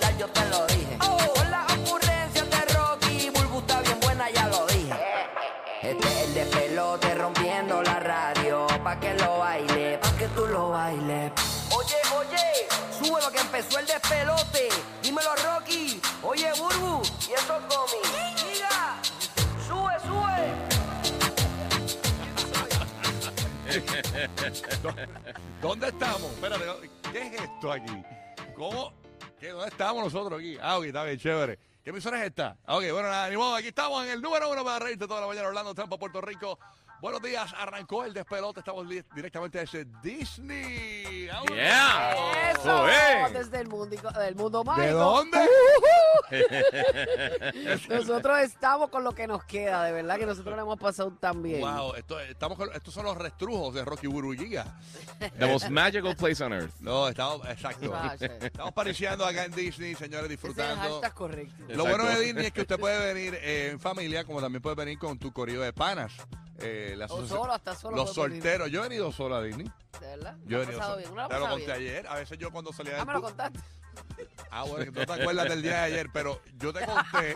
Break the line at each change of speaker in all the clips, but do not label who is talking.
Ya yo te lo dije. Oh, La ocurrencia de Rocky Bulbu está bien buena, ya lo dije. Este es el de pelote rompiendo la radio. Pa' que lo baile, pa' que tú lo bailes. Oye, oye, sube lo que empezó el despelote. Dímelo, Rocky. Oye, Burbu. Y eso, Comi. Diga, sube, sube.
¿Dónde estamos? Espérate, ¿qué es esto aquí? ¿Cómo? ¿Qué, ¿Dónde estamos nosotros aquí? Ah, ok, está bien, chévere. ¿Qué emisora es esta? Ah, ok, bueno, nada, ni modo, aquí estamos en el número uno para reírte toda la mañana, Orlando, Tampa, Puerto Rico. Buenos días, arrancó el despelote, estamos li- directamente desde Disney. ¡Vámonos!
Yeah.
Eso,
Joder.
desde el mundo, del mundo
¿De
mágico.
dónde?
Nosotros estamos con lo que nos queda, de verdad que nosotros lo hemos pasado tan bien.
Wow, esto- estamos con- estos son los restrujos de Rocky Buru y Giga.
The
Eh,
most magical place on earth.
No, estamos, exacto.
Rache.
Estamos pariciando acá en Disney, señores,
Ese
disfrutando.
hashtag correcto.
Lo bueno de
Exacto.
Disney es que usted puede venir eh, en familia, como también puede venir con tu corrido de panas. Eh, la
O
asoci-
solo, hasta solo.
los
puedo pedir,
solteros. Yo he venido solo a Disney.
De verdad.
Yo he
Lo has
venido
pasado
solo.
bien. uno lo ha
Te lo
pasado
conté
bien.
ayer. A veces yo cuando salía
Ah,
del
me lo
club-
contaste.
Ah, bueno, que no te acuerdas del día de ayer, pero yo te conté,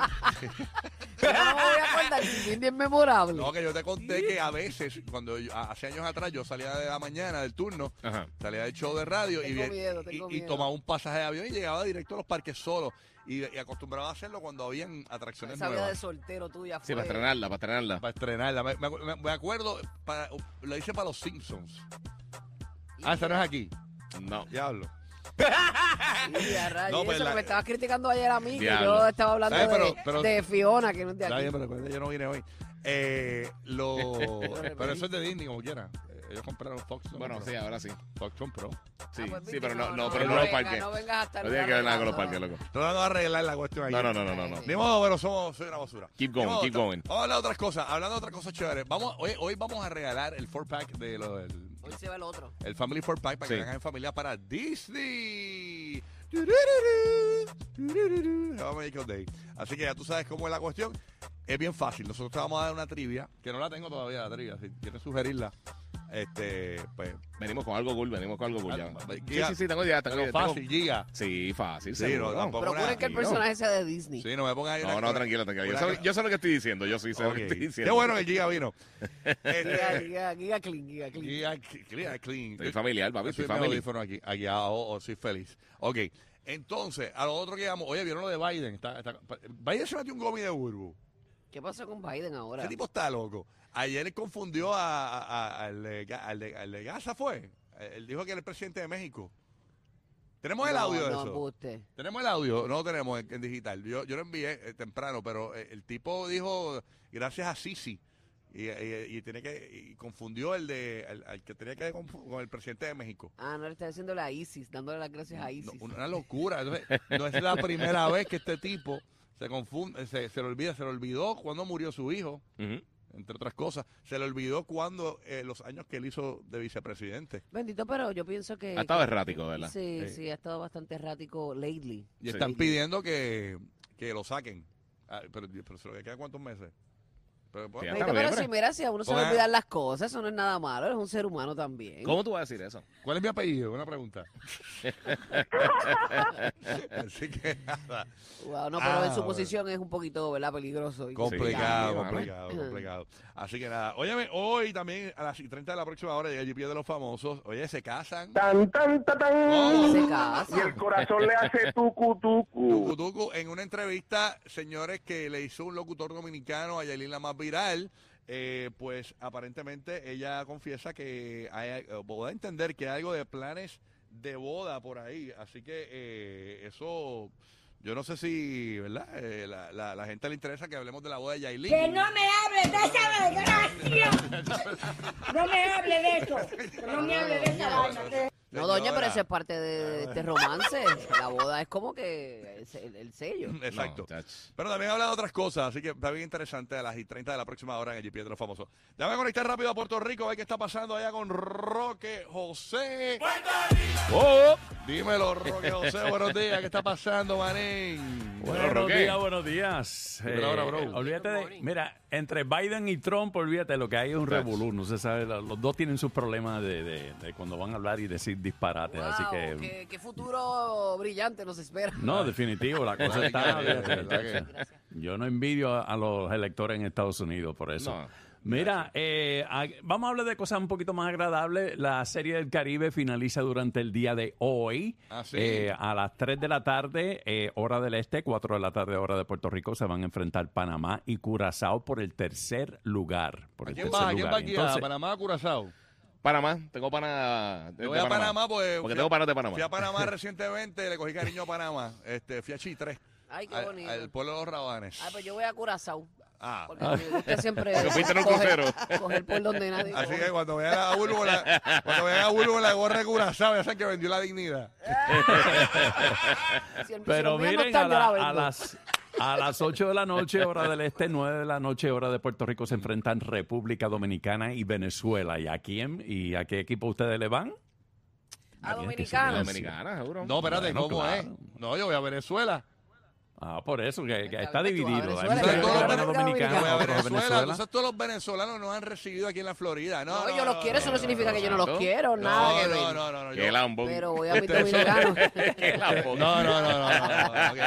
Yo no me voy a acordar, bien, bien memorable.
no, que yo te conté que a veces, cuando yo- a- hace años atrás, yo salía de la mañana del turno,
Ajá.
salía del show de radio y,
Tengo
vi-
miedo,
y-
tengo
y
miedo.
tomaba un pasaje de avión y llegaba directo a los parques solo. Y, y acostumbraba a hacerlo cuando habían atracciones
Esa vida
nuevas.
de soltero tuya fue.
Sí, para estrenarla, para estrenarla.
Ah,
Para estrenarla. Me, me- me- me acuerdo, para, lo hice para los Simpsons. Ah, esa no es aquí.
No.
Diablo.
Sí, a rayos.
No,
Y
pues
eso
la-
que me estabas criticando ayer a mí, que
Diablo.
yo estaba hablando
¿Sabes?
de,
Pero- pero-
de Fiona, que no es de
Está
aquí.
bien, pero recuerda, yo no vine hoy. Eh, lo, pero eso es de Disney, como quiera. Eh, Ellos compraron Foxtron.
Bueno,
Pro.
sí, ahora sí.
Foxtron Pro.
Sí,
Ah, pues
sí,
viste,
pero no,
no,
no,
no,
pero
no
no los
venga,
parques.
no vengas a estar
No tiene que ver nada con los parques,
hablando.
loco.
Estoy tratando de arreglar la cuestión ahí.
No, no, no, no, no. no.
Ni modo, pero somos, soy una basura.
Keep
Ni
going,
modo,
keep
tra-
going.
Vamos a hablar de otras cosas. Hablando de otras cosas chéveres. Vamos, hoy, hoy vamos a regalar el 4-pack de lo del
Hoy se va el otro.
El Family Four Pack para que
Sí.
hagan en familia para Disney. Turururu, turururu. Se va a Make Your Day. Así que ya tú sabes cómo es la cuestión. Es bien fácil. Nosotros te vamos a dar una trivia, que no la tengo todavía la trivia. Si quieres sugerirla, este, pues.
Venimos con algo cool, venimos con algo cool ya.
Ah,
Sí,
Giga,
sí, sí, tengo idea, tengo
Pero
idea. tengo-
fácil, eh, Giga.
Sí, fácil,
Sí,
seguro.
no, tampoco.
Procuren
una-
que el
no.
personaje sea de Disney.
Sí, no me pongas ahí.
No, no, tranquilo, tranquilo. Yo sé, yo sé lo que estoy diciendo, yo sí sé lo que estoy diciendo.
Qué bueno que Giga vino.
Giga,
Este,
giga, giga, clean, giga, clean.
Giga, Giga Clean.
Soy familiar, papi,
Yo soy
soy
mi
familiar.
audífono aquí, aquí ah, oh, oh, soy feliz. Ok, entonces, a lo otro que llamamos, oye, vieron lo de Biden. Está- está- Biden se metió un gomi de burbu.
¿Qué pasó con Biden ahora?
Ese tipo está loco. Ayer él confundió a, a- a- al, de, Ga- al de- al de Gaza, ¿fue? Él dijo que era el presidente de México. ¿Tenemos el
No,
audio de
no,
eso?
embuste.
¿Tenemos el audio? No lo tenemos en, en digital. Yo, yo lo envié eh, temprano, pero eh, el tipo dijo gracias a Sisi. Y, y- y tiene que y confundió el de al, al que tenía que confu- con el presidente de México.
Ah, no, le está diciéndole a ISIS, dándole las gracias a
No,
ISIS.
una locura. Entonces, no es la primera vez que este tipo se confunde, se, se le olvida, se le olvidó cuando murió su hijo,
Ujú.
entre otras cosas. Se le olvidó cuando eh, los años que él hizo de vicepresidente.
Bendito, pero yo pienso que...
Ah,
Ha estado
que-
errático, ¿verdad?
Eh, Sí,
Eh.
sí, ha estado bastante errático lately.
Y
Sí.
están pidiendo que, que lo saquen. Ah, pero, pero se lo quedan cuántos meses. Pero, pues,
Sí,
Bendito,
noviembre.
pero si mira, si a uno se le
Ponga-
olvidan las cosas, eso no es nada malo, eres un ser humano también.
¿Cómo tú vas a decir eso?
¿Cuál es mi apellido? Una pregunta. Así que nada.
Wow, no, pero
Ah,
en su
bueno.
posición es un poquito, ¿verdad? Peligroso. y
Complicado,
Sí,
complicado,
mano.
complicado. Así que nada. Óyeme, hoy también a las 30 de la próxima hora llega el GP de los famosos. Oye, se casan.
tan tan ta, tan
Oh.
Se
y
casa.
el corazón le hace tucu tucu
Tucutucu en una entrevista, señores, que le hizo un locutor dominicano a Yailin la más viral. Eh, pues aparentemente ella confiesa que hay, eh, voy a entender que hay algo de planes de boda por ahí. Así que eh, eso, yo no sé si, ¿verdad? Eh, la, la- la gente le interesa que hablemos de la boda de Yailin.
Que no me hables de esa desgracia. No me hables de eso. No me hables de esa vaina. que-
No, doña, pero
Señora.
eso es parte de este romance. La boda es como que es el, el sello.
Exacto.
No, chach.
Pero también habla de otras cosas, así que está bien interesante a las y 30 de la próxima hora en el GP de los famosos. Dame a conectar rápido a Puerto Rico, a ver qué está pasando allá con Roque José. Oh, dímelo, Roque José, buenos días, ¿qué está pasando, Manín?
Buenos
Roque.
días, buenos días. Eh,
Dímelo ahora, bro.
Olvídate de, mira, entre Biden y Trump, olvídate, lo que hay es un revolú, no se sabe, lo- los dos tienen sus problemas de, de- de cuando van a hablar y decir disparates, Eh, así
Wow,
que...
qué, qué futuro brillante nos espera.
No, definitivo, la cosa está...
Gracias,
olvídate,
gracias.
chacho. Yo no envidio a, a los electores en Estados Unidos por eso.
No,
Mira, eh, a- vamos a hablar de cosas un poquito más agradables. La Serie del Caribe finaliza durante el día de hoy.
Ah, sí.
Eh, a las 3 de la tarde, eh, hora del este, 4 de la tarde, hora de Puerto Rico, se van a enfrentar Panamá y Curazao por el tercer lugar. Por
¿A
el
quién
este
tercer
va? ¿A quién
lugar.
va aquí? ¿A
Entonces,
Panamá o Curazao?
Panamá, tengo pana. de-
Yo voy
de
a Panamá, pues, fui
Porque
a-
tengo panas de
Fui a
Panamá.
Panamá recientemente, le cogí cariño a Panamá, este, fui a Chitre.
Ay, qué
al-
bonito.
Al, pueblo de los Rabanes.
Ah, pues yo voy a Curazao.
Ah.
Porque me gusta siempre
Porque fuiste en un
coger,
crucero.
coger por donde nadie.
Así
coge.
que cuando vean a Bulbo la, cuando vean a Bulbo la gorra de Curazao, ya saben que vendió la dignidad.
Si el- si
Pero
los míos no
miren, a,
están, yo
la-
la vendo.
a las... A las 8 de la noche, hora del este, 9 de la noche, hora de Puerto Rico, se enfrentan República Dominicana y Venezuela. ¿Y a quién? ¿Y a qué equipo ustedes le van?
A
Bien, que
Dominicana.
se-
Dominicana, seguro.
No, espérate,
Bueno,
¿cómo
claro.
es? No, yo voy a Venezuela.
Ah, por eso, que, que
Está
está
bien, tú, a
dividido. Hay
Venezuela,
muchos
Entonces, todos los
dominicanos,
venezolanos,
Yo voy a
dominicanos, otros de
Venezuela.
Venezuela.
Entonces todos los venezolanos nos han recibido aquí en la Florida. No,
No, yo los quiero, eso no significa que yo no los quiero, nada que
No, no,
ver.
no, Este no, no.
Qué
yo-
lambón.
Pero voy a mis
Ustedes-
dominicanos.
Qué lambón.
No, no, no, no, no, no, no, ¿qué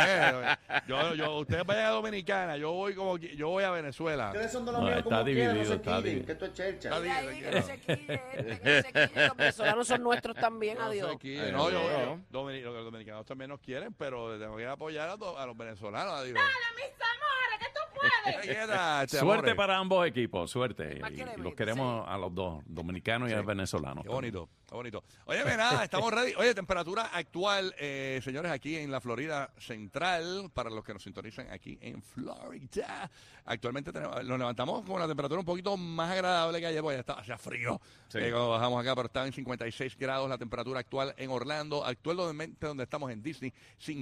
es? Yo, yo, ustedes vayan a Dominicana, yo voy como, qui- yo voy a Venezuela.
No, está dividido, está dividido.
Está bien,
Mira
te
ahí, que
quiero.
no se quille, este, que no se quille, Los venezolanos son nuestros también,
No,
adiós.
soy aquí,
Adiós.
no, yo,
Adiós.
yo- domini- los dominicanos también nos quieren, pero tengo que apoyar a, do- a los venezolanos. Adiós.
Dale, mis amores, que tú puedes.
Ay, ¿qué tal, este,
Eh, Suerte
amores?
para ambos equipos, suerte.
más
Y-
que le
y los
mete,
queremos a los dos, dominicanos y a venezolanos.
Qué bonito, qué bonito. Oye, ve nada, estamos ready. Oye, temperatura actual, eh, señores, aquí en la Florida Central, para los que nos sintonizan aquí en Florida. Actualmente tenemos- nos levantamos con la temperatura un poquito más agradable que ayer, porque ya estaba- hacía frío
Sí.
eh, cuando bajamos acá, pero está en 56 grados la temperatura actual en Orlando, actualmente donde estamos en Disney,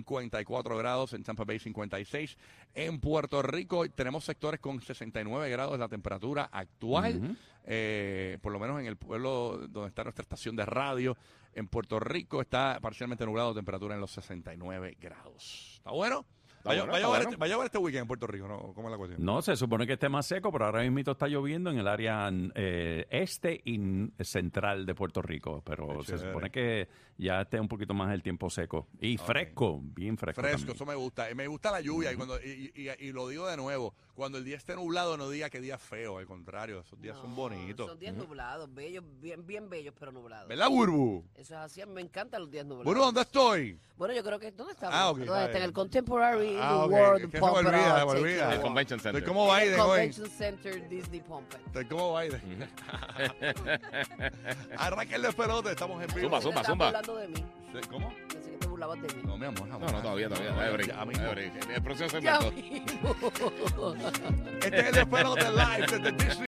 54 grados, en Tampa Bay 56, en Puerto Rico tenemos sectores con 69 grados la temperatura actual, eh, por lo menos en el pueblo donde está nuestra estación de radio, en Puerto Rico está parcialmente nublado, temperatura en los 69 grados. ¿Está bueno?
Está
Vaya
bueno,
vaya a
está
ver
bueno.
este- vaya a ver este weekend en Puerto Rico, ¿no? ¿Cómo es la cuestión?
No, se supone que esté más seco, pero ahora mismo está lloviendo en el área eh, este y n- central de Puerto Rico. Pero
Qué
se
chévere.
supone que ya esté un poquito más el tiempo seco. Y fresco, bien fresco.
Fresco,
también.
eso me gusta. Eh, Me gusta la lluvia y, cuando, y, y- y- y lo digo de nuevo, cuando el día esté nublado no diga que día feo, al contrario, esos días son
No,
bonitos.
Son días nublados, bellos, bien, bien bellos, pero nublados.
¿Verdad, Burbu?
Eso es así, me encantan los días nublados.
Burbu, ¿dónde estoy?
Bueno, yo creo que ¿dónde está?
Ah, ok,
¿Dónde
está
está? En
bien.
el Contemporary
Ah, ok,
World
que se me
Pump It Up,
olvida, se me
Take It
olvida.
Out.
El Convention Center.
Estoy como Biden hoy.
Convention Center Disney Pump It.
Estoy como Biden. Arranquen los pelotes, estamos en vivo.
Zumba,
Pensé que
zumba,
estabas
zumba.
burlando de mí.
Sí, ¿Cómo?
Pensé que te burlabas de mí.
No, mi amor,
No, no, todavía, todavía. Hay break,
Ya, amigo.
hay break. El próximo
Ya,
segmento.
amigo.
Este es el despelote live desde Disney.